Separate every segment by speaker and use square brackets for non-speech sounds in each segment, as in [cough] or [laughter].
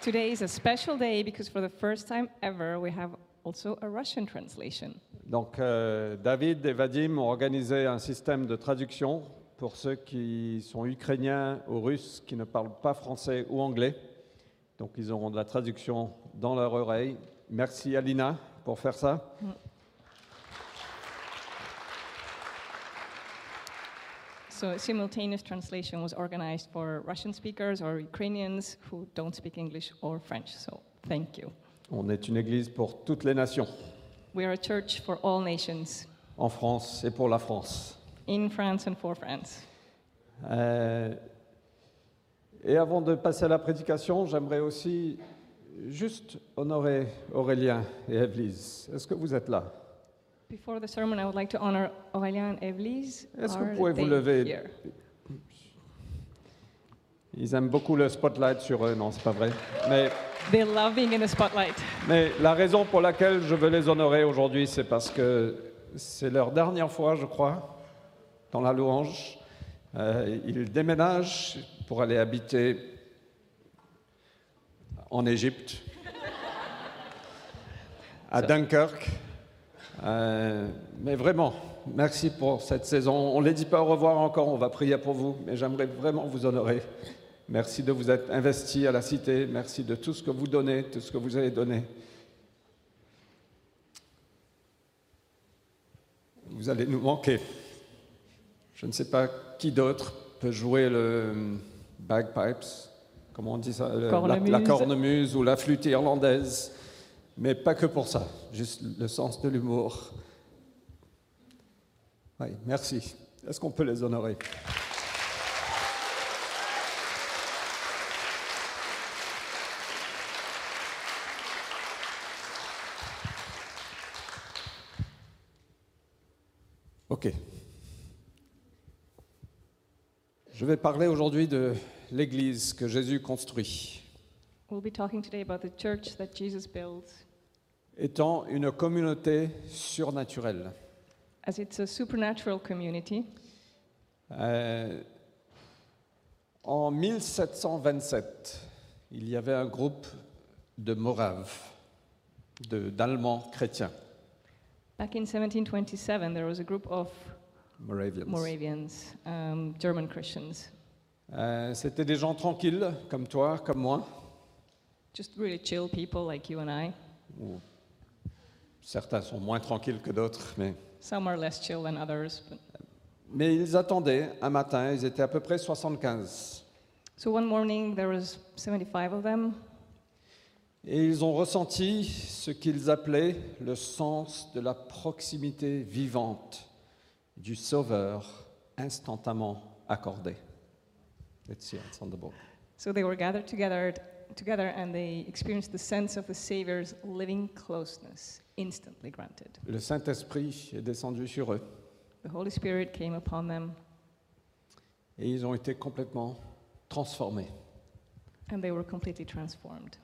Speaker 1: Today is a special day because for the first time ever, we have also a Russian translation.
Speaker 2: Donc euh, David et Vadim ont organisé un système de traduction pour ceux qui sont ukrainiens ou russes qui ne parlent pas français ou anglais. Donc ils auront de la traduction dans leur oreille. Merci Alina pour faire ça.
Speaker 1: So, simultaneous translation was organized for Russian speakers or Ukrainians who don't speak English or French. So, thank you.
Speaker 2: On est une église pour toutes les nations,
Speaker 1: We are a church for all nations,
Speaker 2: en France et pour la France.
Speaker 1: in France and for France.
Speaker 2: Euh, et avant de passer à la prédication, j'aimerais aussi juste honorer Aurélien et Evelyse. Est-ce que vous êtes là
Speaker 1: Before the sermon, I would like to honor Aurélien and Evelyse.
Speaker 2: Est-ce que
Speaker 1: Are
Speaker 2: vous pouvez vous
Speaker 1: they
Speaker 2: lever
Speaker 1: here?
Speaker 2: Ils aiment beaucoup le spotlight sur eux, non, c'est pas vrai. Mais,
Speaker 1: They love being in the spotlight.
Speaker 2: mais la raison pour laquelle je veux les honorer aujourd'hui, c'est parce que c'est leur dernière fois, je crois, dans la louange. Euh, ils déménagent pour aller habiter en Égypte, à Dunkerque. Euh, mais vraiment, merci pour cette saison. On ne les dit pas au revoir encore, on va prier pour vous, mais j'aimerais vraiment vous honorer. Merci de vous être investis à la cité, merci de tout ce que vous donnez, tout ce que vous avez donné. Vous allez nous manquer. Je ne sais pas qui d'autre peut jouer le bagpipes, comment on dit ça, le- la- la
Speaker 1: Cornemuse.
Speaker 2: cornemuse ou la flûte irlandaise, mais pas que pour ça, juste le sens de l'humour. Oui, merci. Est-ce qu'on peut les honorer Ok. Je vais parler aujourd'hui de l'Église que Jésus construit,
Speaker 1: We'll be talking today about the church that Jesus built,
Speaker 2: étant une communauté surnaturelle.
Speaker 1: as it's a supernatural community.
Speaker 2: Euh, en 1727, il y avait un groupe de Moraves, de- d'Allemands chrétiens,
Speaker 1: Back in 1727, there was a group of
Speaker 2: Moravians.
Speaker 1: Moravians, um, German Christians,
Speaker 2: Euh, C'était des gens tranquilles, comme toi, comme moi.
Speaker 1: just really chill people like you and I.
Speaker 2: ou certains sont moins tranquilles que d'autres, mais
Speaker 1: Some are less chill than others. But...
Speaker 2: Mais ils attendaient un matin, ils étaient à peu près 75.
Speaker 1: So one morning there was 75 of them,
Speaker 2: Et ils ont ressenti ce qu'ils appelaient le sens de la proximité vivante du Sauveur instantanément accordé. Let's see, it's on the board.
Speaker 1: so they were gathered together, together, and they experienced the sense of the Savior's living closeness, instantly granted.
Speaker 2: Le Saint-Esprit est descendu sur eux
Speaker 1: The Holy Spirit came upon them,
Speaker 2: et ils ont été complètement transformés.
Speaker 1: and they were completely transformed.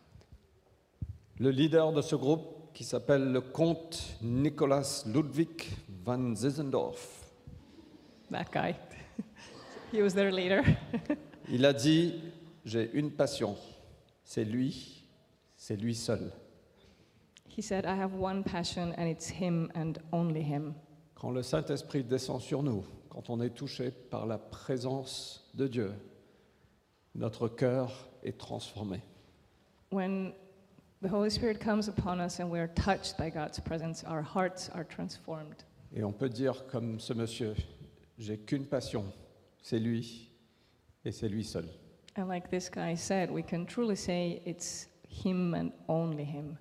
Speaker 2: Le leader de ce groupe, qui s'appelle le comte Nicolas Ludwig van Zizendorf,
Speaker 1: That guy, [laughs] he was there later.
Speaker 2: Il a dit, j'ai une passion, c'est lui, c'est lui seul.
Speaker 1: He said, "I have one passion, and it's Him and only Him."
Speaker 2: Quand le Saint-Esprit descend sur nous, quand on est touché par la présence de Dieu, notre cœur est transformé.
Speaker 1: When the Holy Spirit comes upon us and we're touched by God's presence, our hearts are transformed.
Speaker 2: Et on peut dire comme ce monsieur, j'ai qu'une passion, c'est lui et c'est lui seul.
Speaker 1: And like this guy said, we can truly say it's Him and only Him.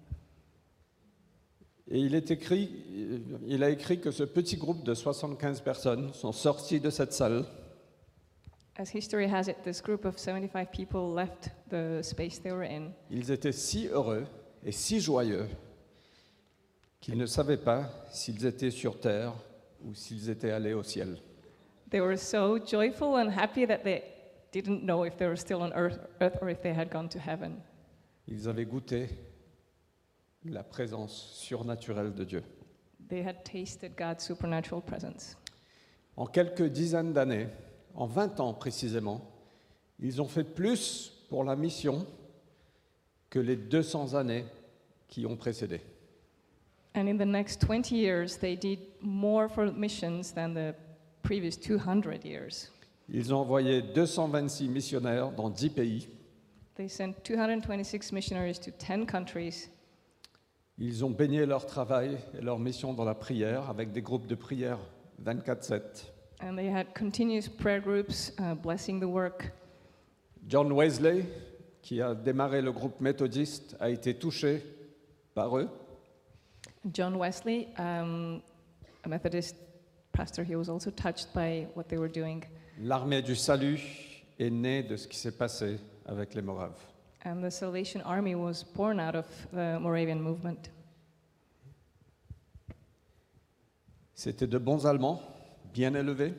Speaker 2: Et il, est écrit, euh, il a écrit que ce petit groupe de 75 personnes sont sortis de cette salle
Speaker 1: As history has it, this group of 75 people left the space they were in,
Speaker 2: Ils étaient si heureux et si joyeux qu'ils ne savaient pas s'ils étaient sur terre ou s'ils étaient allés au ciel.
Speaker 1: They were so joyful and happy that they didn't know if they were still on earth, earth or if they had gone to heaven.
Speaker 2: Ils avaient goûté la présence surnaturelle de Dieu.
Speaker 1: They had tasted God's supernatural presence.
Speaker 2: En quelques dizaines d'années, en 20 ans précisément, ils ont fait plus pour la mission que les 200 années qui ont précédé.
Speaker 1: And in the next 20 years, they did more for missions than the previous 200 years.
Speaker 2: Ils ont envoyé 226 missionnaires dans 10 pays.
Speaker 1: They sent 226 missionaries to 10 countries.
Speaker 2: Ils ont baigné leur travail et leur mission dans la prière avec des groupes de prière 24-7.
Speaker 1: And they had continuous prayer groups uh, blessing the work.
Speaker 2: John Wesley, qui a démarré le groupe méthodiste, a été touché par eux.
Speaker 1: John Wesley, um, a Methodist pastor, he was also touched by what they were doing.
Speaker 2: L'armée du salut est née de ce qui s'est passé avec les Moraves.
Speaker 1: And the Salvation Army was born out of the Moravian movement.
Speaker 2: C'était de bons Allemands, bien élevés,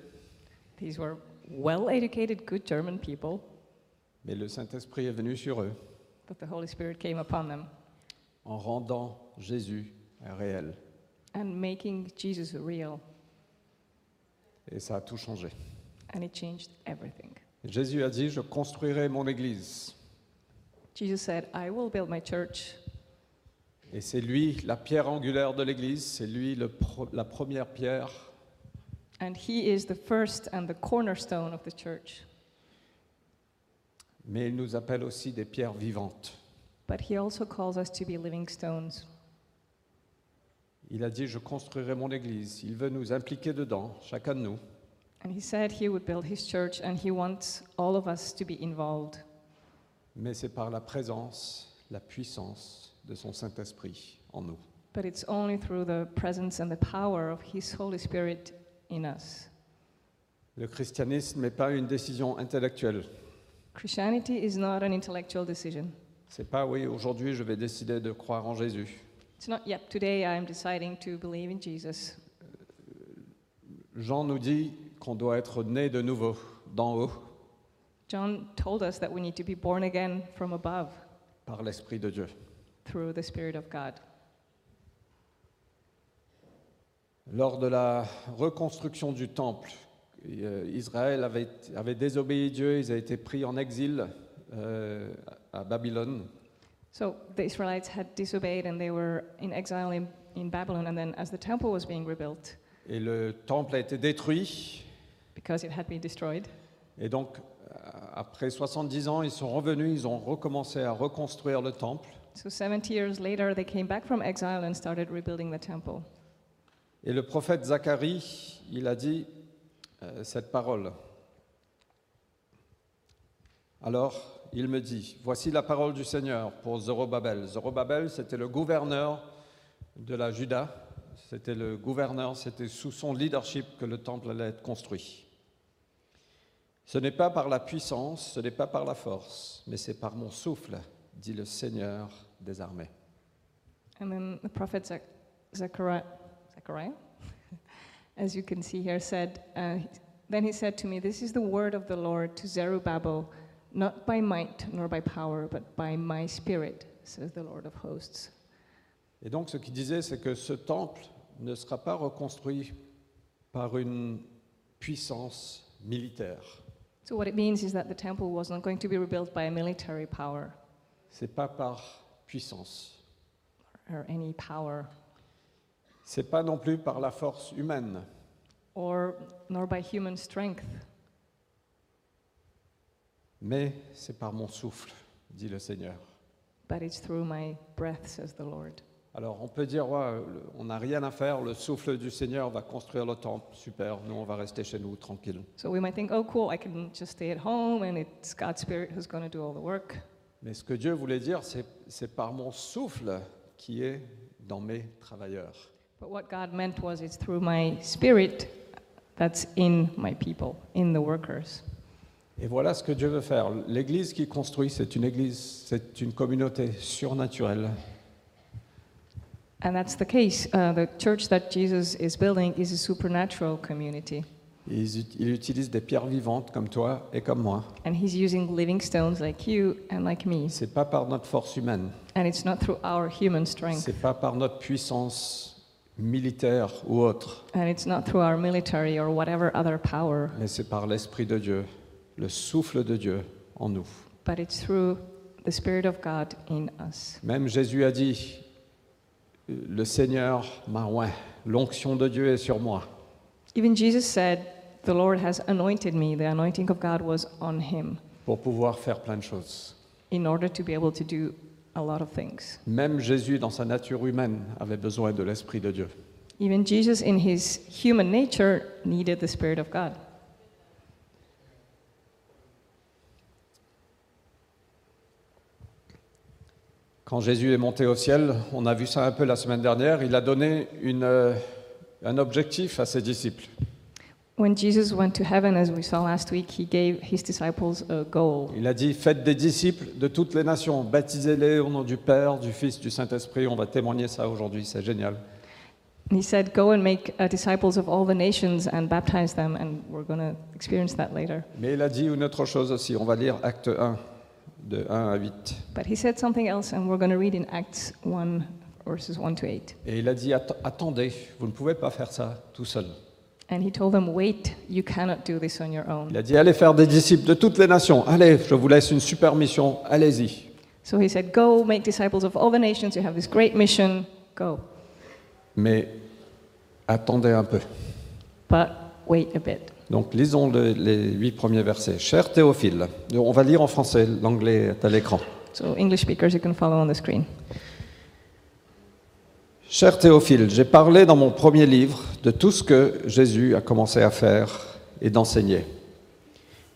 Speaker 1: These were well educated, good German people,
Speaker 2: mais le Saint-Esprit est venu sur eux
Speaker 1: but the Holy Spirit came upon them
Speaker 2: en rendant Jésus réel.
Speaker 1: and making Jesus real,
Speaker 2: Et ça a tout changé.
Speaker 1: and it changed everything.
Speaker 2: Jésus a dit, je construirai mon Église.
Speaker 1: Jesus said, I will build my church,
Speaker 2: Et c'est lui la pierre angulaire de l'Église, c'est lui le pro- la première pierre.
Speaker 1: and he is the first and the cornerstone of the church.
Speaker 2: Mais il nous appelle aussi des pierres vivantes.
Speaker 1: But he also calls us to be living stones.
Speaker 2: Il a dit, je construirai mon Église. Il veut nous impliquer dedans, chacun de nous.
Speaker 1: And he said he would build his church, and he wants all of us to be involved.
Speaker 2: Mais c'est par la présence, la puissance de son Saint-Esprit en nous.
Speaker 1: But it's only through the presence and the power of his Holy Spirit in us.
Speaker 2: Le christianisme n'est pas une décision intellectuelle.
Speaker 1: Christianity is not an intellectual decision.
Speaker 2: C'est pas, oui, aujourd'hui je vais décider de croire en Jésus.
Speaker 1: It's not yet today I'm deciding to believe in Jesus.
Speaker 2: Jean nous dit qu'on doit être né de nouveau, d'en haut,
Speaker 1: John told us that we need to be born again from above
Speaker 2: par l'Esprit de Dieu.
Speaker 1: through the Spirit of God.
Speaker 2: Lors de la reconstruction du temple, euh, Israël avait, avait désobéi Dieu, ils avaient été pris en exil euh, à Babylone.
Speaker 1: So the Israelites had disobeyed and they were in exile in, in Babylon. And then, as the temple was being rebuilt,
Speaker 2: Et le temple a été détruit.
Speaker 1: because it had been destroyed,
Speaker 2: Et donc, euh, après 70 ans, ils sont revenus, ils ont recommencé à reconstruire le temple.
Speaker 1: So 70 years later, they came back from exile and started rebuilding the temple.
Speaker 2: Et le prophète Zacharie, il a dit euh, cette parole. Alors, il me dit, voici la parole du Seigneur pour Zorobabel. Zorobabel, c'était le gouverneur de la Juda. C'était le gouverneur, c'était sous son leadership que le temple allait être construit. Ce n'est pas par la puissance, ce n'est pas par la force, mais c'est par mon souffle, dit le Seigneur des armées.
Speaker 1: And then the prophet Zach- Zachari- Zachariah, [laughs] as you can see here, said, uh, he- Then he said to me, This is the word of the Lord to Zerubbabel, not by might nor by power, but by my spirit, says the Lord of hosts.
Speaker 2: Et donc ce qu'il disait, c'est que ce temple ne sera pas reconstruit par une puissance militaire.
Speaker 1: So, what it means is that the temple was not going to be rebuilt by a military power
Speaker 2: C'est pas par puissance.
Speaker 1: or any power,
Speaker 2: C'est pas non plus par la force humaine.
Speaker 1: or nor by human strength,
Speaker 2: Mais c'est par mon souffle, dit le Seigneur.
Speaker 1: but it's through my breath, says the Lord.
Speaker 2: Alors on peut dire, ouais, le- on n'a rien à faire, le souffle du Seigneur va construire le temple, super, nous on va rester chez nous tranquille.
Speaker 1: So we might think, oh, cool, I can just stay at home and it's God's Spirit who's going to do all the work.
Speaker 2: Mais ce que Dieu voulait dire, c'est c'est par mon souffle qui est dans mes travailleurs.
Speaker 1: But what God meant was it's through my Spirit that's in my people, in the workers.
Speaker 2: Et voilà ce que Dieu veut faire. L'Église qui construit, c'est une Église, c'est une communauté surnaturelle.
Speaker 1: And that's the case. Uh, the church that Jesus is building is a supernatural community.
Speaker 2: Ils ut- Il utilise des pierres vivantes comme toi et comme moi.
Speaker 1: And he's using living stones like you and like me.
Speaker 2: C'est pas par notre force humaine,
Speaker 1: And it's not through our human strength.
Speaker 2: c'est pas par notre puissance militaire ou autre,
Speaker 1: And it's not through our military or whatever other power.
Speaker 2: mais c'est par l'Esprit de Dieu, le souffle de Dieu en nous.
Speaker 1: But it's through the Spirit of God in us.
Speaker 2: Même Jésus a dit, le Seigneur m'a oint, l'onction de Dieu est sur moi.
Speaker 1: Even Jesus said, The Lord has anointed me. The anointing of God was on him
Speaker 2: pour pouvoir faire plein de choses.
Speaker 1: in order to be able to do a lot of things.
Speaker 2: Même Jésus, dans sa nature humaine, avait besoin de l'Esprit de Dieu.
Speaker 1: Even Jesus, in his human nature, needed the Spirit of God.
Speaker 2: Quand Jésus est monté au ciel, on a vu ça un peu la semaine dernière, il a donné une, euh, un objectif à ses disciples.
Speaker 1: When Jesus went to heaven, as we saw last week, he gave his disciples a goal.
Speaker 2: Il a dit, faites des disciples de toutes les nations, baptisez-les au nom du Père, du Fils, du Saint-Esprit. On va témoigner ça aujourd'hui, c'est génial.
Speaker 1: And he said, Go and make uh, disciples of all the nations and baptize them, and we're going to experience that later.
Speaker 2: Mais il a dit une autre chose aussi, on va lire Acte 1, de 1 à 8.
Speaker 1: But he said something else, and we're going to read in Acts 1, verses 1 to 8.
Speaker 2: Et il a dit, Att- attendez, vous ne pouvez pas faire ça tout seul.
Speaker 1: And he told them, Wait, you cannot do this on your own.
Speaker 2: Il a dit allez faire des disciples de toutes les nations. Allez, je vous laisse une super mission. Allez-y.
Speaker 1: So he said, Go, make disciples of all the nations. You have this great mission. Go.
Speaker 2: Mais attendez un peu.
Speaker 1: But wait a bit.
Speaker 2: Donc lisons le- les huit premiers versets. Cher Théophile, on va lire en français, l'anglais est à l'écran.
Speaker 1: So, English speakers, you can follow on the screen.
Speaker 2: Cher Théophile, j'ai parlé dans mon premier livre de tout ce que Jésus a commencé à faire et d'enseigner,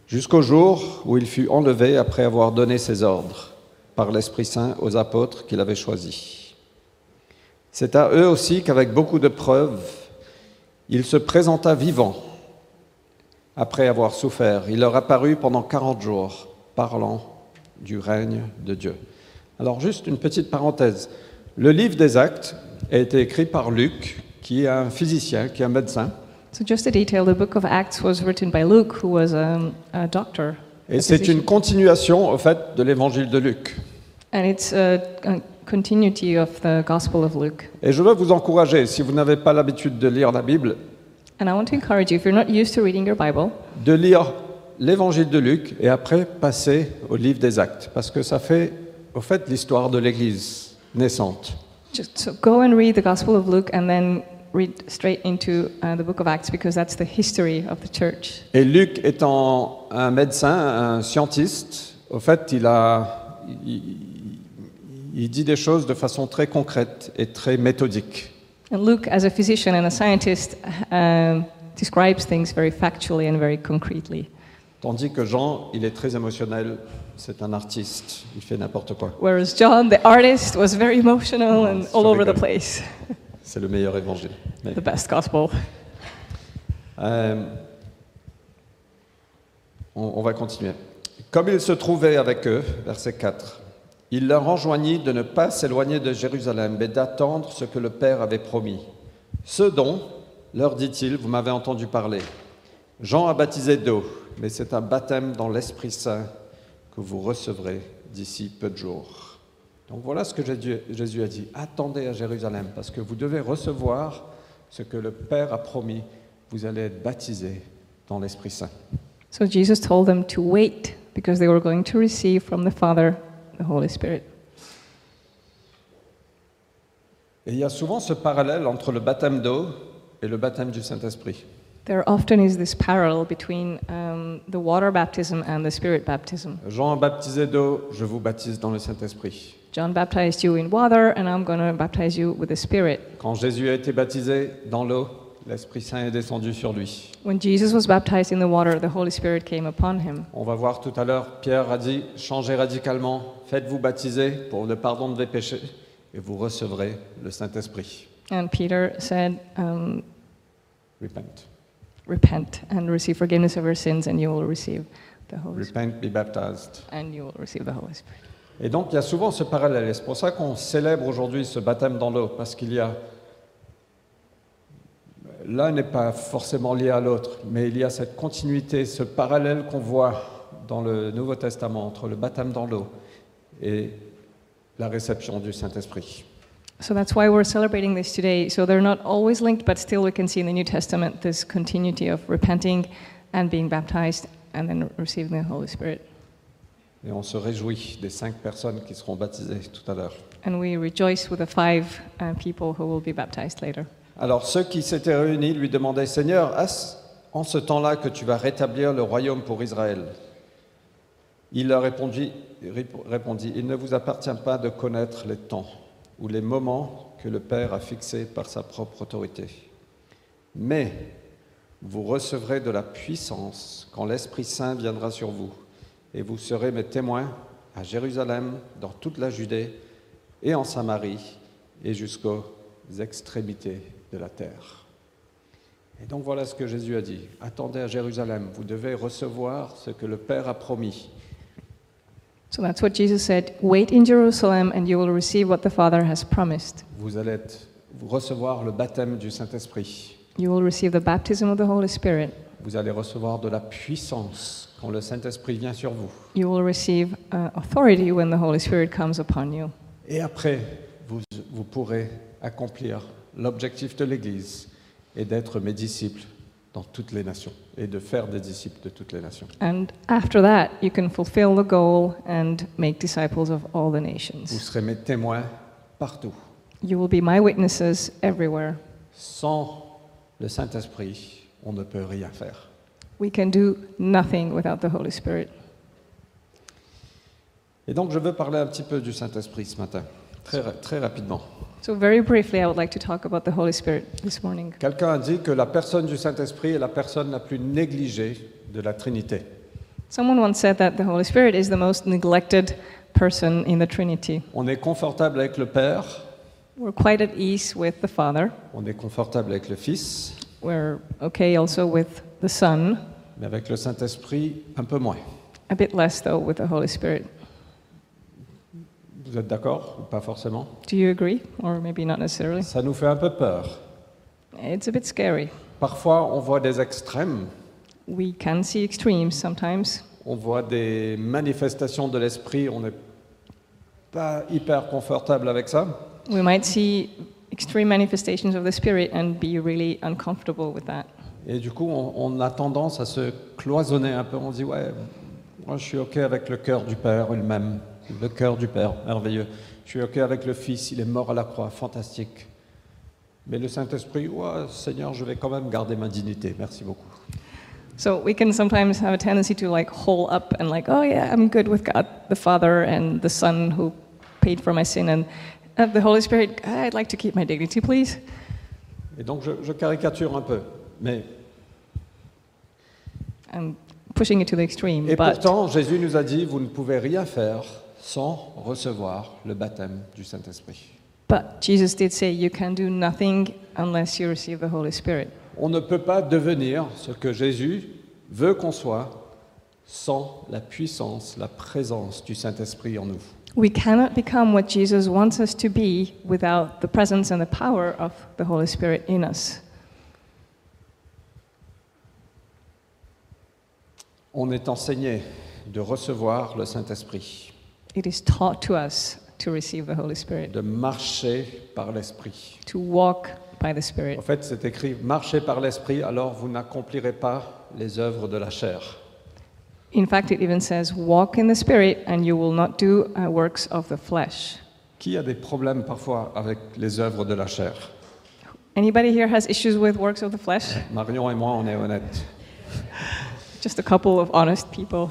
Speaker 2: jusqu'au jour où il fut enlevé après avoir donné ses ordres par l'Esprit Saint aux apôtres qu'il avait choisis. C'est à eux aussi qu'avec beaucoup de preuves, il se présenta vivant. Après avoir souffert, il leur apparut pendant 40 jours, parlant du règne de Dieu. Alors juste une petite parenthèse. Le livre des actes a été écrit par Luc, qui est un physicien, qui est un médecin.
Speaker 1: So, just a detail the book of Acts was written by Luke, who was um, a doctor.
Speaker 2: Et c'est une continuation, au fait, de l'évangile de Luc.
Speaker 1: And it's a, a continuity of the Gospel of Luke.
Speaker 2: Et je veux vous encourager, si vous n'avez pas l'habitude de lire la Bible,
Speaker 1: And I want to encourage you, if you're not used to reading your Bible,
Speaker 2: de lire l'évangile de Luc et après passer au livre des actes, parce que ça fait, au fait, l'histoire de l'Église naissante.
Speaker 1: just so go and read the Gospel of Luke and then read straight into uh, the book of Acts because that's the history of the church.
Speaker 2: Et Luc étant un médecin, un scientiste, au fait, il, a, il, il dit des choses de façon très concrète et très méthodique.
Speaker 1: And Luke, as a physician and a scientist, um, describes things very factually and very concretely.
Speaker 2: Tandis que Jean, il est très émotionnel, c'est un artiste, il fait n'importe quoi.
Speaker 1: Whereas John, the artist, was very emotional and
Speaker 2: Nice,
Speaker 1: all
Speaker 2: very
Speaker 1: over the
Speaker 2: good.
Speaker 1: place.
Speaker 2: C'est le meilleur évangile. Mais-
Speaker 1: The best gospel.
Speaker 2: Euh, on, on va continuer. Comme il se trouvait avec eux, verset 4, il leur enjoignit de ne pas s'éloigner de Jérusalem, mais d'attendre ce que le Père avait promis. Ce dont, leur dit-il, vous m'avez entendu parler. Jean a baptisé d'eau, mais c'est un baptême dans l'Esprit Saint que vous recevrez d'ici peu de jours. Donc voilà ce que Jésus- Jésus a dit. Attendez à Jérusalem, parce que vous devez recevoir ce que le Père a promis. Vous allez être baptisés dans l'Esprit Saint.
Speaker 1: So Jesus told them to wait because they were going to receive from the Father the Holy Spirit.
Speaker 2: Et il y a souvent ce parallèle entre le baptême d'eau et le baptême du Saint-Esprit.
Speaker 1: There often is this parallel between um, the water baptism and the Spirit baptism.
Speaker 2: Jean a baptisé d'eau, je vous baptise dans le Saint-Esprit.
Speaker 1: John baptized you in water, and I'm going to baptize you with the Spirit.
Speaker 2: Quand Jésus a été baptisé dans l'eau, l'Esprit Saint est descendu sur lui.
Speaker 1: When Jesus was baptized in the water, the Holy Spirit came upon him.
Speaker 2: On va voir tout à l'heure, Pierre a dit, changez radicalement, faites-vous baptiser pour le pardon de vos péchés et vous recevrez le Saint-Esprit.
Speaker 1: And Peter said, um,
Speaker 2: Repent.
Speaker 1: Repent and receive forgiveness of your sins, and you will receive the Holy Spirit.
Speaker 2: Repent, be baptized.
Speaker 1: And you will receive the Holy Spirit.
Speaker 2: Et donc il y a souvent ce parallèle. Et c'est pour ça qu'on célèbre aujourd'hui ce baptême dans l'eau, parce qu'il y a... L'un n'est pas forcément lié à l'autre, mais il y a cette continuité, ce parallèle qu'on voit dans le Nouveau Testament entre le baptême dans l'eau et la réception du Saint-Esprit.
Speaker 1: So that's why we're celebrating this today. So they're not always linked, but still we can see in the New Testament this continuity of repenting and being baptized and then receiving the Holy Spirit.
Speaker 2: Et on se réjouit des cinq personnes qui seront baptisées tout à l'heure.
Speaker 1: And we rejoice with the five uh, people who will be baptized later.
Speaker 2: Alors ceux qui s'étaient réunis lui demandaient, Seigneur, est-ce en ce temps-là que tu vas rétablir le royaume pour Israël Il leur répondit, rép- répondit, Il ne vous appartient pas de connaître les temps ou les moments que le Père a fixés par sa propre autorité. Mais vous recevrez de la puissance quand l'Esprit Saint viendra sur vous, et vous serez mes témoins à Jérusalem, dans toute la Judée, et en Samarie, et jusqu'aux extrémités de la terre. Et donc voilà ce que Jésus a dit. Attendez à Jérusalem, vous devez recevoir ce que le Père a promis.
Speaker 1: So that's what Jesus said wait in Jerusalem, and you will receive what the Father has promised.
Speaker 2: Vous allez être- vous recevoir le baptême du Saint-Esprit.
Speaker 1: You will receive the baptism of the Holy Spirit.
Speaker 2: Vous allez recevoir de la puissance quand le Saint-Esprit vient sur vous.
Speaker 1: You will receive uh, authority when the Holy Spirit comes upon you.
Speaker 2: Et après, vous, vous pourrez accomplir l'objectif de l'Église et d'être mes disciples dans toutes les nations et de faire des disciples de toutes les nations.
Speaker 1: And after that, you can fulfill the goal and make disciples of all the
Speaker 2: Vous
Speaker 1: nations.
Speaker 2: serez mes témoins partout.
Speaker 1: You will be my witnesses everywhere.
Speaker 2: Sans le Saint-Esprit, on ne peut rien faire.
Speaker 1: We can do nothing without the Holy Spirit.
Speaker 2: Et donc, je veux parler un petit peu du Saint-Esprit ce matin, très, ra- très rapidement.
Speaker 1: So, very briefly, I would like to talk about the Holy Spirit this morning.
Speaker 2: Quelqu'un a dit que la personne du Saint-Esprit est la personne la plus négligée de la Trinité.
Speaker 1: Someone once said that the Holy Spirit is the most neglected person in the Trinity.
Speaker 2: On est confortable avec le Père,
Speaker 1: We're quite at ease with the Father.
Speaker 2: on est confortable avec le Fils,
Speaker 1: We're okay also with the Son,
Speaker 2: mais avec le Saint-Esprit, un peu moins.
Speaker 1: a bit less though with the Holy Spirit.
Speaker 2: Vous êtes d'accord ou Pas forcément.
Speaker 1: Do you agree? Or maybe not necessarily.
Speaker 2: Ça nous fait un peu peur.
Speaker 1: It's a bit scary.
Speaker 2: Parfois, on voit des extrêmes,
Speaker 1: We can see extremes sometimes.
Speaker 2: on voit des manifestations de l'Esprit, on n'est pas hyper confortable avec ça.
Speaker 1: We might see extreme manifestations of the Spirit and be really uncomfortable with that.
Speaker 2: Et du coup, on, on a tendance à se cloisonner un peu. On dit, ouais, moi je suis OK avec le cœur du Père lui-même. Le cœur du Père, merveilleux. Je suis OK avec le Fils, il est mort à la croix, fantastique. Mais le Saint-Esprit, ouais, Seigneur, je vais quand même garder ma dignité. Merci beaucoup.
Speaker 1: So we can sometimes have a tendency to like hole up and like, oh yeah, I'm good with God, the Father and the Son who paid for my sin, and uh, the Holy Spirit. I'd like to keep my dignity, please.
Speaker 2: Et donc, je, je caricature un peu. Mais,
Speaker 1: I'm pushing it to the extreme,
Speaker 2: et
Speaker 1: but
Speaker 2: pourtant, Jésus nous a dit, vous ne pouvez rien faire sans recevoir le baptême du Saint-Esprit.
Speaker 1: but Jesus did say you can do nothing unless you receive the Holy Spirit.
Speaker 2: On ne peut pas devenir ce que Jésus veut qu'on soit sans la puissance, la présence du Saint-Esprit en nous.
Speaker 1: We cannot become what Jesus wants us to be without the presence and the power of the Holy Spirit in us.
Speaker 2: On est enseigné de recevoir le Saint-Esprit,
Speaker 1: It is taught to us to receive the Holy Spirit,
Speaker 2: de marcher par l'Esprit.
Speaker 1: to walk by the Spirit.
Speaker 2: En fait, c'est écrit, marchez par l'Esprit, alors vous n'accomplirez pas les œuvres de la chair.
Speaker 1: In fact, it even says, Walk in the Spirit, and you will not do uh, works of the flesh.
Speaker 2: Qui a des problèmes parfois avec les œuvres de la chair
Speaker 1: Anybody here has issues with works of the flesh?
Speaker 2: Marion et moi, on est honnêtes.
Speaker 1: Just a couple of honest people.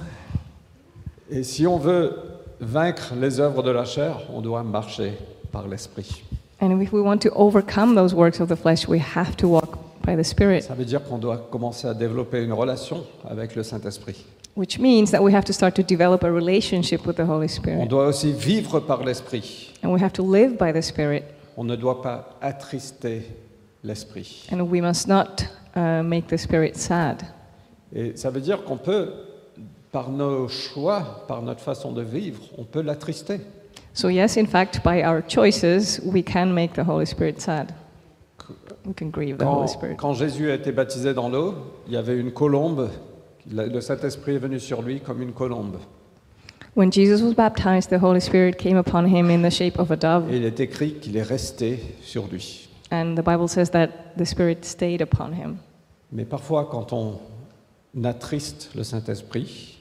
Speaker 2: Et si on veut vaincre les œuvres de la chair, on doit marcher par l'Esprit.
Speaker 1: And if we want to overcome those works of the flesh, we have to walk by the Spirit,
Speaker 2: Ça veut dire qu'on doit commencer à développer une relation avec le Saint-Esprit.
Speaker 1: which means that we have to start to develop a relationship with the Holy
Speaker 2: On
Speaker 1: Spirit.
Speaker 2: doit aussi vivre par l'Esprit.
Speaker 1: And we have to live by the Spirit.
Speaker 2: On ne doit pas attrister l'Esprit.
Speaker 1: And we must not uh, make the Spirit sad.
Speaker 2: Et ça veut dire qu'on peut, par nos choix, par notre façon de vivre, on peut l'attrister.
Speaker 1: So, yes, in fact, by our choices, we can make the Holy Spirit sad. We can grieve the
Speaker 2: Quand,
Speaker 1: Holy Spirit.
Speaker 2: quand Jésus a été baptisé dans l'eau, il y avait une colombe. La- Le Saint-Esprit est venu sur lui comme une colombe.
Speaker 1: When Jesus was baptized, the Holy Spirit came upon him in the shape of a dove,
Speaker 2: Et il est écrit qu'il est resté sur lui.
Speaker 1: and the Bible says that the Spirit stayed upon him.
Speaker 2: Mais parfois, quand on attriste le Saint-Esprit,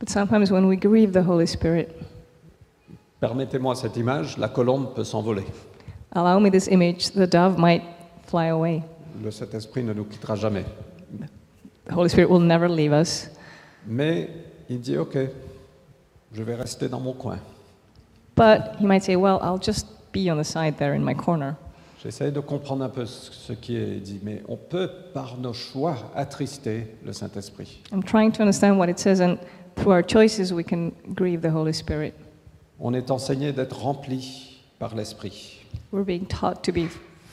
Speaker 1: But sometimes when we grieve the Holy Spirit,
Speaker 2: Permettez-moi cette image, la colombe peut s'envoler.
Speaker 1: allow me this image, the dove might fly away.
Speaker 2: Le Saint-Esprit ne nous quittera jamais.
Speaker 1: The Holy Spirit will never leave us.
Speaker 2: Mais il dit, OK, je vais rester dans mon coin.
Speaker 1: But he might say, Well, I'll just be on the side there in my corner.
Speaker 2: J'essaie de comprendre un peu ce ce qui est dit, mais on peut, par nos choix, attrister le Saint-Esprit.
Speaker 1: I'm trying to understand what it says, and through our choices, we can grieve the Holy Spirit.
Speaker 2: On est enseigné d'être rempli par l'Esprit.
Speaker 1: We're being taught to be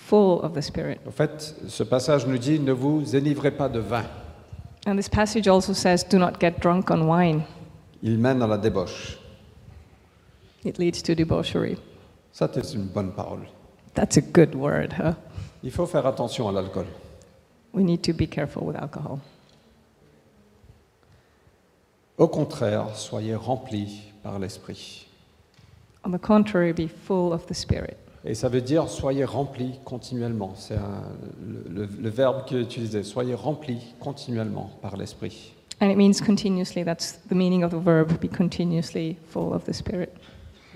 Speaker 1: full of the Spirit.
Speaker 2: En fait, ce passage nous dit, ne vous énivrez pas de vin.
Speaker 1: And this passage also says, Do not get drunk on wine,
Speaker 2: Il mène à la débauche.
Speaker 1: it leads to debauchery.
Speaker 2: Ça, c'est une bonne parole.
Speaker 1: That's a good word, huh?
Speaker 2: Il faut faire attention à l'alcool.
Speaker 1: We need to be careful with alcohol.
Speaker 2: Au contraire, soyez remplis par l'Esprit.
Speaker 1: On the contrary, be full of the Spirit.
Speaker 2: Et ça veut dire soyez remplis continuellement. C'est un- le, le- le verbe qui est utilisé. Soyez remplis continuellement par l'Esprit.
Speaker 1: And it means continuously. That's the meaning of the verb, be continuously full of the Spirit.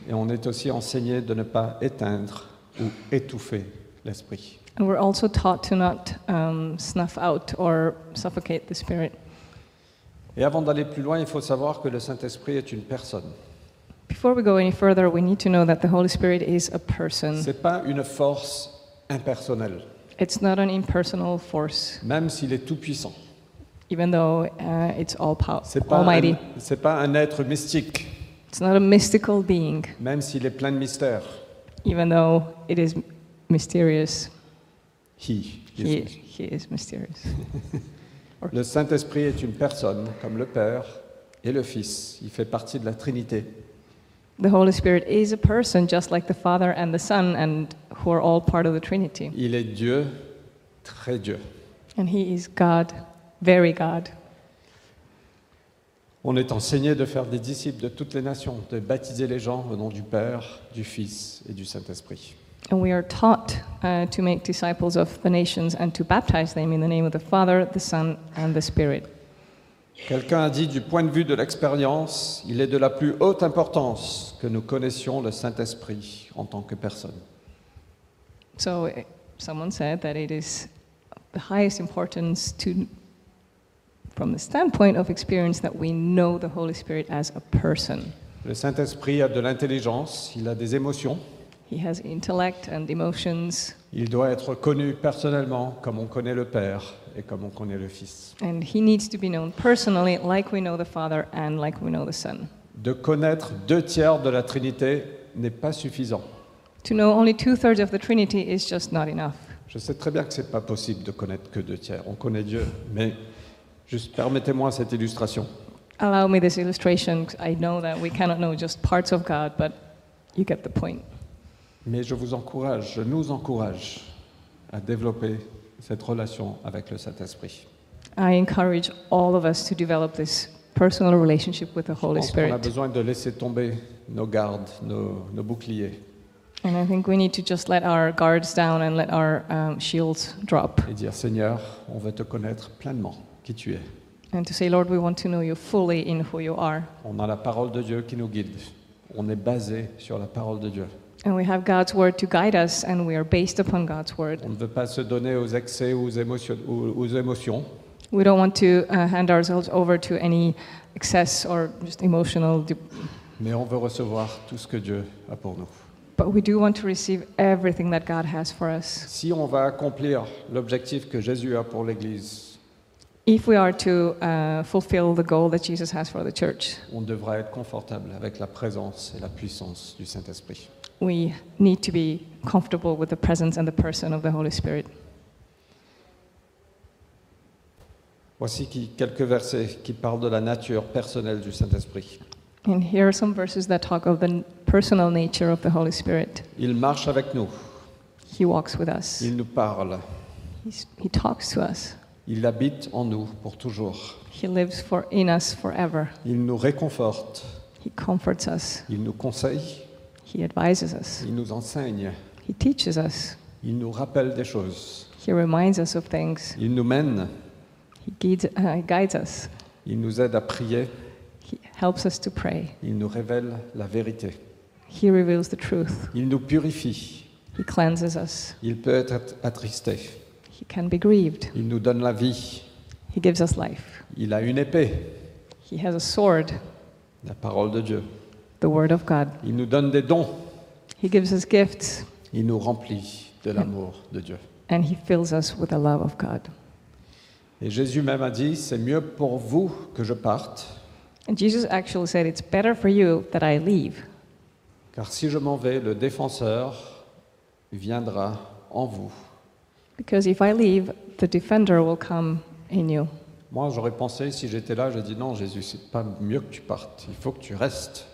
Speaker 2: Et on est aussi enseigné de ne pas éteindre ou étouffer l'Esprit.
Speaker 1: And we're also taught to not um, snuff out or suffocate the Spirit.
Speaker 2: Et avant d'aller plus loin, il faut savoir que le Saint-Esprit est une personne.
Speaker 1: Before we go any further, we need to know that the Holy Spirit is a person.
Speaker 2: Ce n'est pas une force impersonnelle,
Speaker 1: It's not an impersonal force,
Speaker 2: même s'il est tout-puissant.
Speaker 1: even though uh, it's all pow-
Speaker 2: Ce n'est pas, un-
Speaker 1: almighty.
Speaker 2: c'est pas un être mystique,
Speaker 1: It's not a mystical being,
Speaker 2: même s'il est plein de mystères.
Speaker 1: even though it is m- mysterious.
Speaker 2: He,
Speaker 1: He,
Speaker 2: Jésus.
Speaker 1: he is mysterious.
Speaker 2: Le Saint-Esprit est une personne, comme le Père et le Fils. Il fait partie de la Trinité.
Speaker 1: The Holy Spirit is a person, just like the Father and the Son, and who are all part of the Trinity.
Speaker 2: Il est Dieu, très Dieu.
Speaker 1: And He is God, very God.
Speaker 2: On est enseigné de faire des disciples de toutes les nations, de baptiser les gens au nom du Père, du Fils et du Saint-Esprit.
Speaker 1: And we are taught uh, to make disciples of the nations and to baptize them in the name of the Father, the Son, and the Spirit.
Speaker 2: Quelqu'un a dit, du point de vue de l'expérience, il est de la plus haute importance que nous connaissions le Saint-Esprit en tant que personne.
Speaker 1: So eh, someone said that it is of the highest importance to, from the standpoint of experience, that we know the Holy Spirit as a person.
Speaker 2: Le Saint-Esprit a de l'intelligence, il a des émotions,
Speaker 1: He has intellect and emotions,
Speaker 2: il doit être connu personnellement comme on connaît le Père et comme on connaît le Fils.
Speaker 1: and he needs to be known personally, like we know the Father and like we know the Son.
Speaker 2: De connaître deux tiers de la Trinité n'est pas suffisant.
Speaker 1: To know only two thirds of the Trinity is just not enough.
Speaker 2: Je sais très bien que ce n'est pas possible de connaître que deux tiers. On connaît Dieu, mais juste permettez-moi cette illustration.
Speaker 1: Allow me this illustration. 'cause I know that we cannot know just parts of God, but you get the point.
Speaker 2: Mais je vous encourage, je nous encourage à développer cette relation avec le Saint-Esprit.
Speaker 1: I encourage all of us to develop this personal relationship with the
Speaker 2: Je
Speaker 1: Holy
Speaker 2: pense qu'on a
Speaker 1: Spirit.
Speaker 2: besoin de laisser tomber nos gardes, nos, nos boucliers,
Speaker 1: And I think we need to just let our guards down and let our um, shields drop
Speaker 2: et dire Seigneur, on veut te connaître pleinement, qui tu es.
Speaker 1: and to say, Lord, we want to know you fully in who you are.
Speaker 2: On a la parole de Dieu qui nous guide. On est basé sur la parole de Dieu.
Speaker 1: And we have God's word to guide us, and we are based upon God's word.
Speaker 2: On ne veut pas se donner aux excès ou aux, émotion- ou- aux émotions.
Speaker 1: We don't want to uh, hand ourselves over to any excess or just emotional, de-
Speaker 2: mais on veut recevoir tout ce que Dieu a pour nous.
Speaker 1: but we do want to receive everything that God has for us.
Speaker 2: Si on va accomplir l'objectif que Jésus a pour l'Église,
Speaker 1: If we are to uh, fulfill the goal that Jesus has for the church,
Speaker 2: on devra être confortable avec la présence et la puissance du Saint-Esprit.
Speaker 1: we need to be comfortable with the presence and the person of the Holy Spirit.
Speaker 2: Voici qui- quelques versets qui parlent de la nature personnelle du Saint-Esprit.
Speaker 1: And here are some verses that talk of the n- personal nature of the Holy Spirit.
Speaker 2: Il marche avec nous,
Speaker 1: He walks with us,
Speaker 2: il nous parle,
Speaker 1: He's, He talks to us,
Speaker 2: il habite en nous pour toujours,
Speaker 1: He lives for, in us forever.
Speaker 2: il nous réconforte,
Speaker 1: He comforts us,
Speaker 2: il nous conseille,
Speaker 1: He advises us,
Speaker 2: il nous enseigne,
Speaker 1: He teaches us,
Speaker 2: il nous rappelle des choses,
Speaker 1: He reminds us of things,
Speaker 2: il nous mène,
Speaker 1: He guides, uh, guides us,
Speaker 2: il nous aide à prier,
Speaker 1: He He helps us to pray.
Speaker 2: Il nous révèle la vérité.
Speaker 1: He reveals the truth.
Speaker 2: Il nous purifie.
Speaker 1: He cleanses us.
Speaker 2: Il peut être attristé.
Speaker 1: He can be grieved.
Speaker 2: Il nous donne la vie.
Speaker 1: He gives us life.
Speaker 2: Il a une épée,
Speaker 1: He has a sword,
Speaker 2: la parole de Dieu.
Speaker 1: the word of God.
Speaker 2: Il nous donne des dons.
Speaker 1: He gives us gifts,
Speaker 2: Il nous remplit de l'amour de Dieu.
Speaker 1: and He fills us with the love of God.
Speaker 2: Et Jésus même a dit, c'est mieux pour vous que je parte,
Speaker 1: And Jesus actually said, It's better for you that I leave,
Speaker 2: car si je m'en vais, le défenseur viendra en vous.
Speaker 1: because if I leave, the defender will come in you.
Speaker 2: Moi, j'aurais pensé, si j'étais là, j'ai dit non, Jésus, c'est pas mieux que tu partes, il faut que tu restes.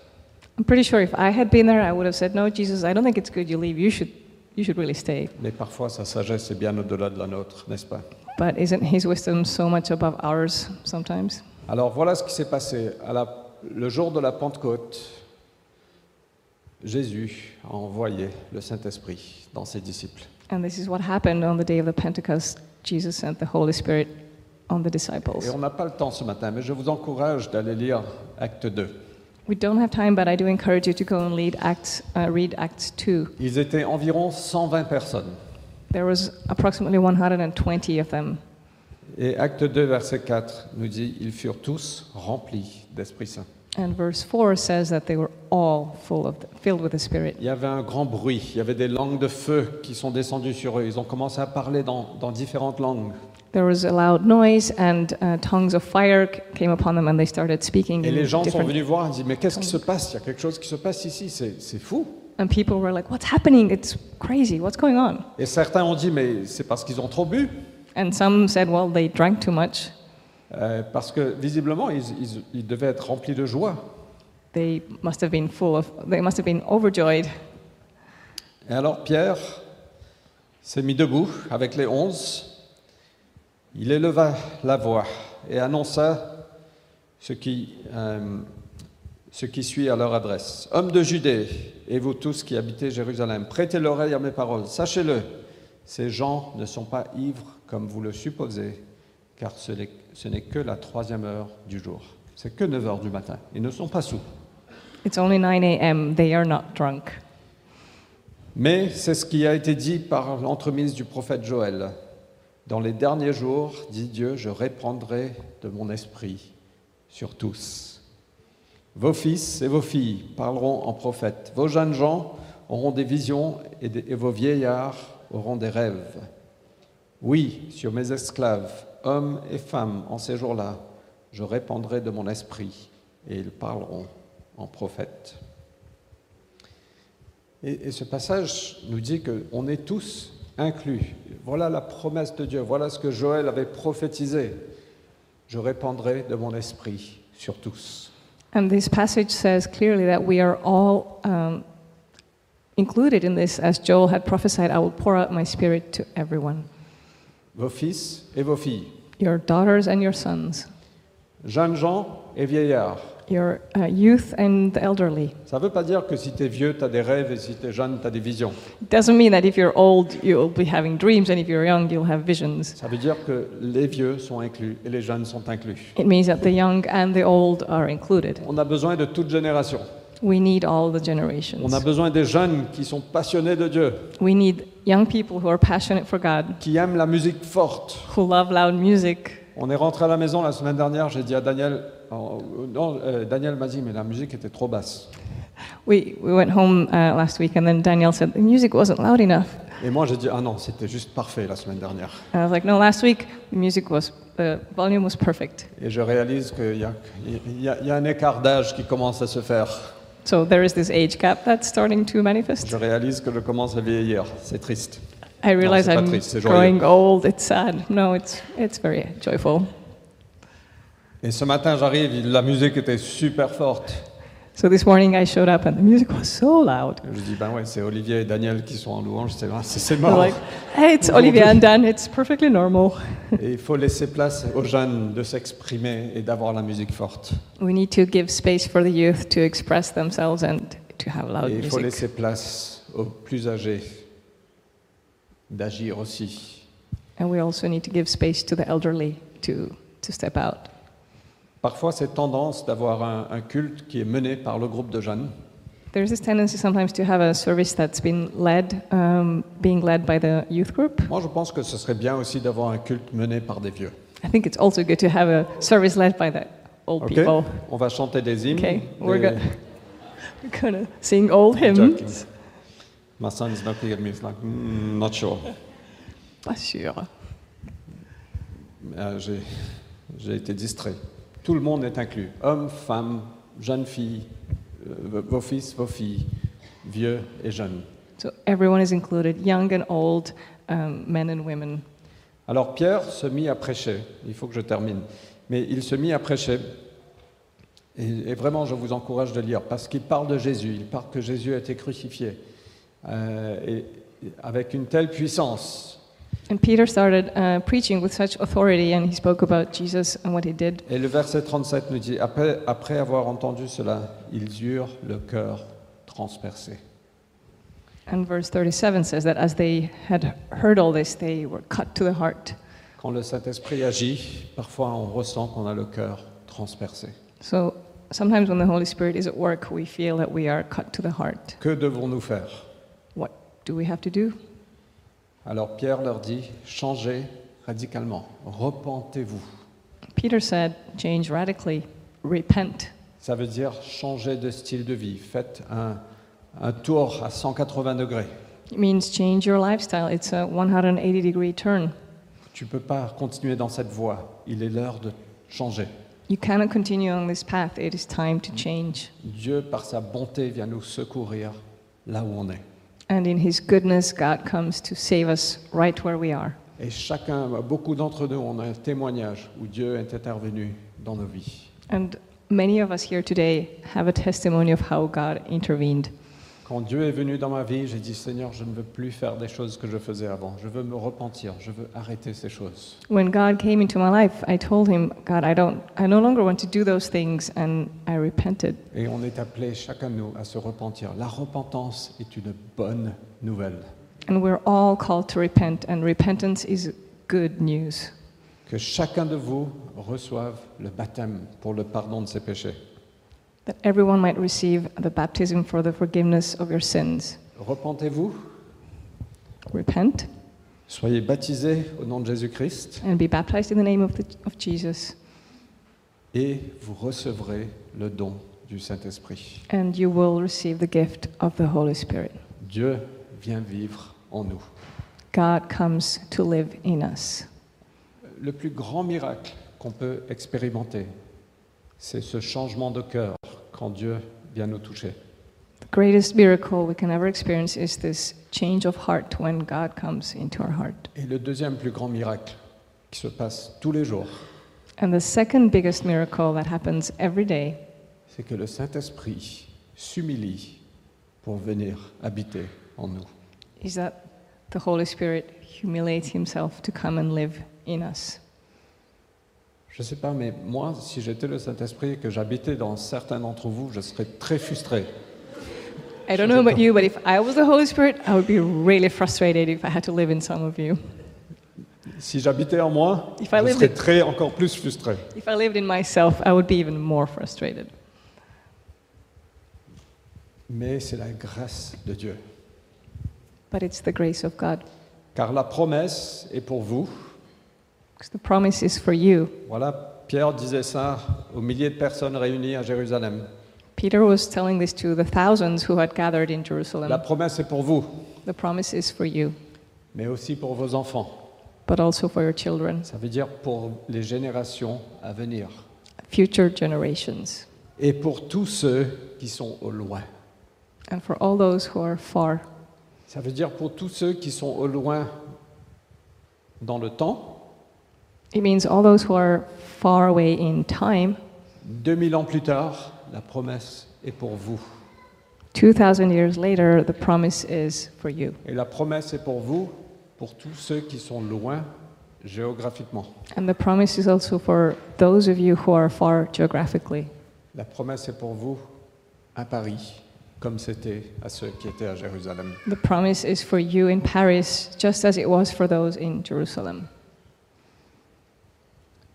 Speaker 1: I'm pretty sure if I had been there, I would have said, No, Jesus, I don't think it's good you leave. You should, you should really stay.
Speaker 2: Mais parfois, sa sagesse est bien au-delà de la nôtre, n'est-ce pas
Speaker 1: But isn't His wisdom so much above ours sometimes?
Speaker 2: Alors voilà ce qui s'est passé. À la- le jour de la Pentecôte, Jésus a envoyé le Saint-Esprit dans ses disciples.
Speaker 1: And this is what happened on the day of the Pentecost. Jesus sent the Holy Spirit on the disciples.
Speaker 2: Et on n'a pas le temps ce matin, mais je vous encourage d'aller lire Acte 2.
Speaker 1: We don't have time, but I do encourage you to go and lead Acts, uh, read Acts 2.
Speaker 2: Ils étaient environ 120 personnes.
Speaker 1: There was approximately 120 of them.
Speaker 2: Et Acte 2, verset 4 nous dit, ils furent tous remplis d'Esprit Saint.
Speaker 1: And verse 4 says that they were all full of the, filled with the Spirit.
Speaker 2: Il y avait un grand bruit, il y avait des langues de feu qui sont descendues sur eux. Ils ont commencé à parler dans, dans différentes langues.
Speaker 1: There was a loud noise, and uh, tongues of fire c- came upon them, and they started speaking.
Speaker 2: Et
Speaker 1: in
Speaker 2: les gens sont
Speaker 1: different-
Speaker 2: venus voir et disent, mais qu'est-ce qui se passe Il y a quelque chose qui se passe ici, c'est c'est fou.
Speaker 1: And people were like, What's happening? It's crazy. What's going on?
Speaker 2: Et certains ont dit, mais c'est parce qu'ils ont trop bu,
Speaker 1: And some said, Well, they drank too much.
Speaker 2: Euh, parce que visiblement, ils, ils- ils devaient être remplis de joie.
Speaker 1: They must have been full of, they must have been overjoyed.
Speaker 2: Et alors Pierre s'est mis debout avec les onze, il éleva la voix et annonça ce qui, euh, ce qui suit à leur adresse. Hommes de Judée, et vous tous qui habitez Jérusalem, prêtez l'oreille à mes paroles, sachez-le, ces gens ne sont pas ivres comme vous le supposez, car ce n'est- ce n'est que la troisième heure du jour. C'est que 9 heures du matin, ils ne sont pas sous.
Speaker 1: It's only 9 a.m., they are not drunk.
Speaker 2: Mais c'est ce qui a été dit par l'entremise du prophète Joël. Dans les derniers jours, dit Dieu, je répandrai de mon esprit sur tous. Vos fils et vos filles parleront en prophète. Vos jeunes gens auront des visions et, des- et vos vieillards auront des rêves. Oui, sur mes esclaves, hommes et femmes, en ces jours-là, je répandrai de mon esprit et ils parleront en prophète. Et, et ce passage nous dit qu'on est tous inclus. Voilà la promesse de Dieu, voilà ce que Joël avait prophétisé. Je répandrai de mon esprit sur tous.
Speaker 1: And this passage says clearly that we are all um, included in this, as Joel had prophesied, I will pour out my spirit to everyone
Speaker 2: Vos fils et vos filles,
Speaker 1: your daughters and your sons,
Speaker 2: jeunes gens et vieillards.
Speaker 1: your uh, youth and the elderly.
Speaker 2: Ça ne veut pas dire que si tu es vieux, tu as des rêves et si tu es jeune, tu as des visions.
Speaker 1: It doesn't mean that if you're old, you'll be having dreams, and if you're young, you'll have visions.
Speaker 2: Ça veut dire que les vieux sont inclus et les jeunes sont inclus.
Speaker 1: It means that the young and the old are included.
Speaker 2: On a besoin de toute génération.
Speaker 1: We need all the
Speaker 2: On
Speaker 1: generations.
Speaker 2: a besoin des jeunes qui sont passionnés de Dieu,
Speaker 1: We need young people who are passionate for God,
Speaker 2: qui aiment la musique forte,
Speaker 1: who love loud music,
Speaker 2: On est rentré à la maison la semaine dernière, j'ai dit à Daniel, oh, euh, non, euh, Daniel m'a dit, mais la musique était trop basse.
Speaker 1: We, we went home uh, last week, and then Danielle said the music wasn't loud enough.
Speaker 2: Et moi, j'ai dit, ah non, c'était juste parfait la semaine dernière.
Speaker 1: And I was like, no, last week the music was the volume was perfect.
Speaker 2: Et je réalise qu'il y, a- il y a- il y a un écart d'âge qui commence à se faire.
Speaker 1: So there is this age gap that's starting to manifest.
Speaker 2: Je réalise que je commence à vieillir. C'est triste.
Speaker 1: I realize
Speaker 2: c'est pas
Speaker 1: I'm
Speaker 2: triste, c'est joyeux.
Speaker 1: growing old. It's sad. No, it's it's very joyful.
Speaker 2: Et ce matin, j'arrive, il- la musique était super forte.
Speaker 1: So this morning I showed up, and the music was so loud.
Speaker 2: Je dis, ben ouais, c'est Olivier et Daniel qui sont en louange, c'est ah, [laughs] c'est- c'est
Speaker 1: I was
Speaker 2: mort.
Speaker 1: like, hey, it's Olivia and Dan. It's perfectly normal.
Speaker 2: Et il faut laisser place aux jeunes de s'exprimer et d'avoir la musique forte.
Speaker 1: We need to give space for the youth to express themselves and to have loud
Speaker 2: Et il faut
Speaker 1: music.
Speaker 2: laisser place aux plus âgés d'agir aussi.
Speaker 1: And we also need to give space to the elderly to to step out.
Speaker 2: Parfois, cette tendance d'avoir un, un culte qui est mené par le groupe de jeunes.
Speaker 1: There's this tendency sometimes to have a service that's been led, um, being led by the youth group.
Speaker 2: Moi, je pense que ce serait bien aussi d'avoir un culte mené par des vieux.
Speaker 1: I think it's also good to have a service led by the old
Speaker 2: Ok
Speaker 1: people. [laughs]
Speaker 2: On va chanter des hymnes.
Speaker 1: Okay, we're
Speaker 2: des-
Speaker 1: go- We're gonna sing old
Speaker 2: Joking.
Speaker 1: hymns.
Speaker 2: [laughs] My son is looking at me, he's like, "Mm, not sure.
Speaker 1: Pas sûr.
Speaker 2: Euh, J'ai j'ai été distrait. Tout le monde est inclus. Hommes, femmes, jeunes filles, euh, vos fils, vos filles, vieux et jeunes.
Speaker 1: So everyone is included, young and old, um, men and women.
Speaker 2: Alors Pierre se mit à prêcher. Il faut que je termine. Mais il se mit à prêcher. Et, et vraiment, je vous encourage de lire parce qu'il parle de Jésus. Il parle que Jésus a été crucifié euh, et, et avec une telle puissance.
Speaker 1: And Peter started uh, preaching with such authority, and he spoke about Jesus and what he did.
Speaker 2: Et le verset 37 nous dit, après, après avoir entendu cela, ils eurent le cœur transpercé.
Speaker 1: And verse 37 says that as they had heard all this, they were cut to the heart.
Speaker 2: Quand le Saint-Esprit agit, parfois on ressent qu'on a le cœur transpercé.
Speaker 1: So sometimes when the Holy Spirit is at work, we feel that we are cut to the heart.
Speaker 2: Que devons-nous faire
Speaker 1: What do we have to do?
Speaker 2: Alors Pierre leur dit, changez radicalement, repentez-vous.
Speaker 1: Peter said, change radically, repent.
Speaker 2: Ça veut dire changer de style de vie, faites un, un tour à 180 degrés.
Speaker 1: It means change your lifestyle. It's a 180 degree turn.
Speaker 2: Tu peux pas continuer dans cette voie, il est l'heure de changer.
Speaker 1: You cannot continue on this path. It is time to change.
Speaker 2: Dieu, par sa bonté, vient nous secourir là où on est.
Speaker 1: And in his goodness, God comes to save us right where we are.
Speaker 2: Et chacun, beaucoup d'entre nous, on a un témoignage où Dieu est intervenu dans nos vies.
Speaker 1: And many of us here today have a testimony of how God intervened.
Speaker 2: Quand Dieu est venu dans ma vie, j'ai dit Seigneur, je ne veux plus faire des choses que je faisais avant. Je veux me repentir. Je veux arrêter ces choses.
Speaker 1: When God came into my life, I told him, God, I don't I no longer want to do those things and I repented.
Speaker 2: Et on est appelé chacun de nous à se repentir. La repentance est une bonne nouvelle.
Speaker 1: And we're all called to repent and repentance is good news.
Speaker 2: Que chacun de vous reçoive le baptême pour le pardon de ses péchés.
Speaker 1: That everyone might receive the baptism for the forgiveness of your sins.
Speaker 2: Repentez-vous,
Speaker 1: Repent
Speaker 2: soyez baptisés au nom de Jésus-Christ
Speaker 1: and be baptized in the name of, the, of Jesus
Speaker 2: et vous recevrez le don du Saint-Esprit.
Speaker 1: and you will receive the gift of the Holy Spirit.
Speaker 2: Dieu vient vivre en nous.
Speaker 1: God comes to live in us.
Speaker 2: Le plus grand miracle qu'on peut expérimenter, c'est ce changement de cœur quand Dieu vient nous toucher.
Speaker 1: The greatest miracle we can ever experience is this change of heart when God comes into our heart.
Speaker 2: Et le deuxième plus grand miracle qui se passe tous les jours,
Speaker 1: And the second biggest miracle that happens every day
Speaker 2: c'est que le Saint-Esprit s'humilie pour venir habiter en nous.
Speaker 1: is that the Holy Spirit humiliates himself to come and live in us.
Speaker 2: Je ne sais pas, mais moi, si j'étais le Saint-Esprit et que j'habitais dans certains d'entre vous, je serais très frustré.
Speaker 1: I don't know about you, but if I was the Holy Spirit, I would be really frustrated if I had to live in some of you.
Speaker 2: Si j'habitais en moi,
Speaker 1: If I
Speaker 2: je
Speaker 1: lived
Speaker 2: serais
Speaker 1: it-
Speaker 2: très encore plus frustré.
Speaker 1: If I lived in myself, I would be even more frustrated.
Speaker 2: Mais c'est la grâce de Dieu.
Speaker 1: But it's the grace of God.
Speaker 2: Car la promesse est pour vous,
Speaker 1: Because the promise is for you.
Speaker 2: Voilà, Pierre disait ça aux milliers de personnes réunies à Jérusalem.
Speaker 1: Peter was telling this to the thousands who had gathered in Jerusalem.
Speaker 2: La promesse est pour vous,
Speaker 1: The promise is for you,
Speaker 2: mais aussi pour vos enfants.
Speaker 1: but also for your children,
Speaker 2: Ça veut dire pour les générations à venir.
Speaker 1: future generations,
Speaker 2: Et pour tous ceux qui sont au loin.
Speaker 1: and for all those who are far.
Speaker 2: Ça veut dire pour tous ceux qui sont au loin dans le temps,
Speaker 1: It means all those who are far away in time.
Speaker 2: 2000 ans plus tard, la promesse est pour vous.
Speaker 1: 2,000 years later, the promise is for you.
Speaker 2: Et la promesse est pour vous, pour tous ceux qui sont loin géographiquement.
Speaker 1: And the promise is also for those of you who are far geographically.
Speaker 2: La promesse est pour vous à Paris, comme c'était à ceux qui étaient à Jérusalem.
Speaker 1: The promise is for you in Paris, just as it was for those in Jerusalem.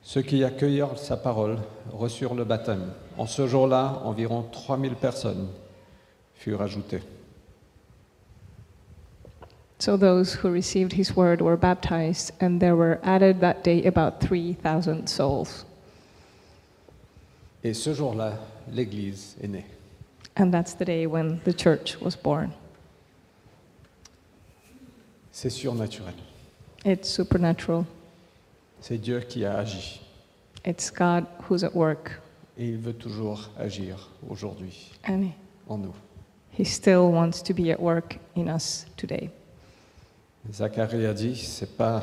Speaker 2: Ceux qui accueillirent sa parole reçurent le baptême. En ce jour-là, environ 3000 personnes furent ajoutées.
Speaker 1: So those who received his word were baptized, and there were added that day about 3,000 souls.
Speaker 2: Et ce jour-là, l'Église est née.
Speaker 1: And that's the day when the church was born.
Speaker 2: C'est surnaturel.
Speaker 1: It's supernatural.
Speaker 2: C'est Dieu qui a agi.
Speaker 1: It's God who's at work,
Speaker 2: Et il veut toujours agir aujourd'hui
Speaker 1: and He-
Speaker 2: en nous.
Speaker 1: He still wants to be at work in us today.
Speaker 2: Zacharie a dit, c'est pas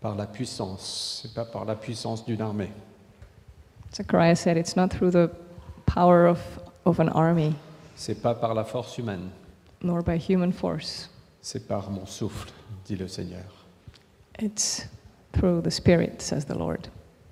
Speaker 2: par la puissance, c'est pas par la puissance d'une armée,
Speaker 1: Zechariah said, It's not through the power of, of an army,
Speaker 2: c'est pas par la force humaine,
Speaker 1: nor by human force.
Speaker 2: c'est par mon souffle, dit le Seigneur.
Speaker 1: It's through the Spirit, says the Lord.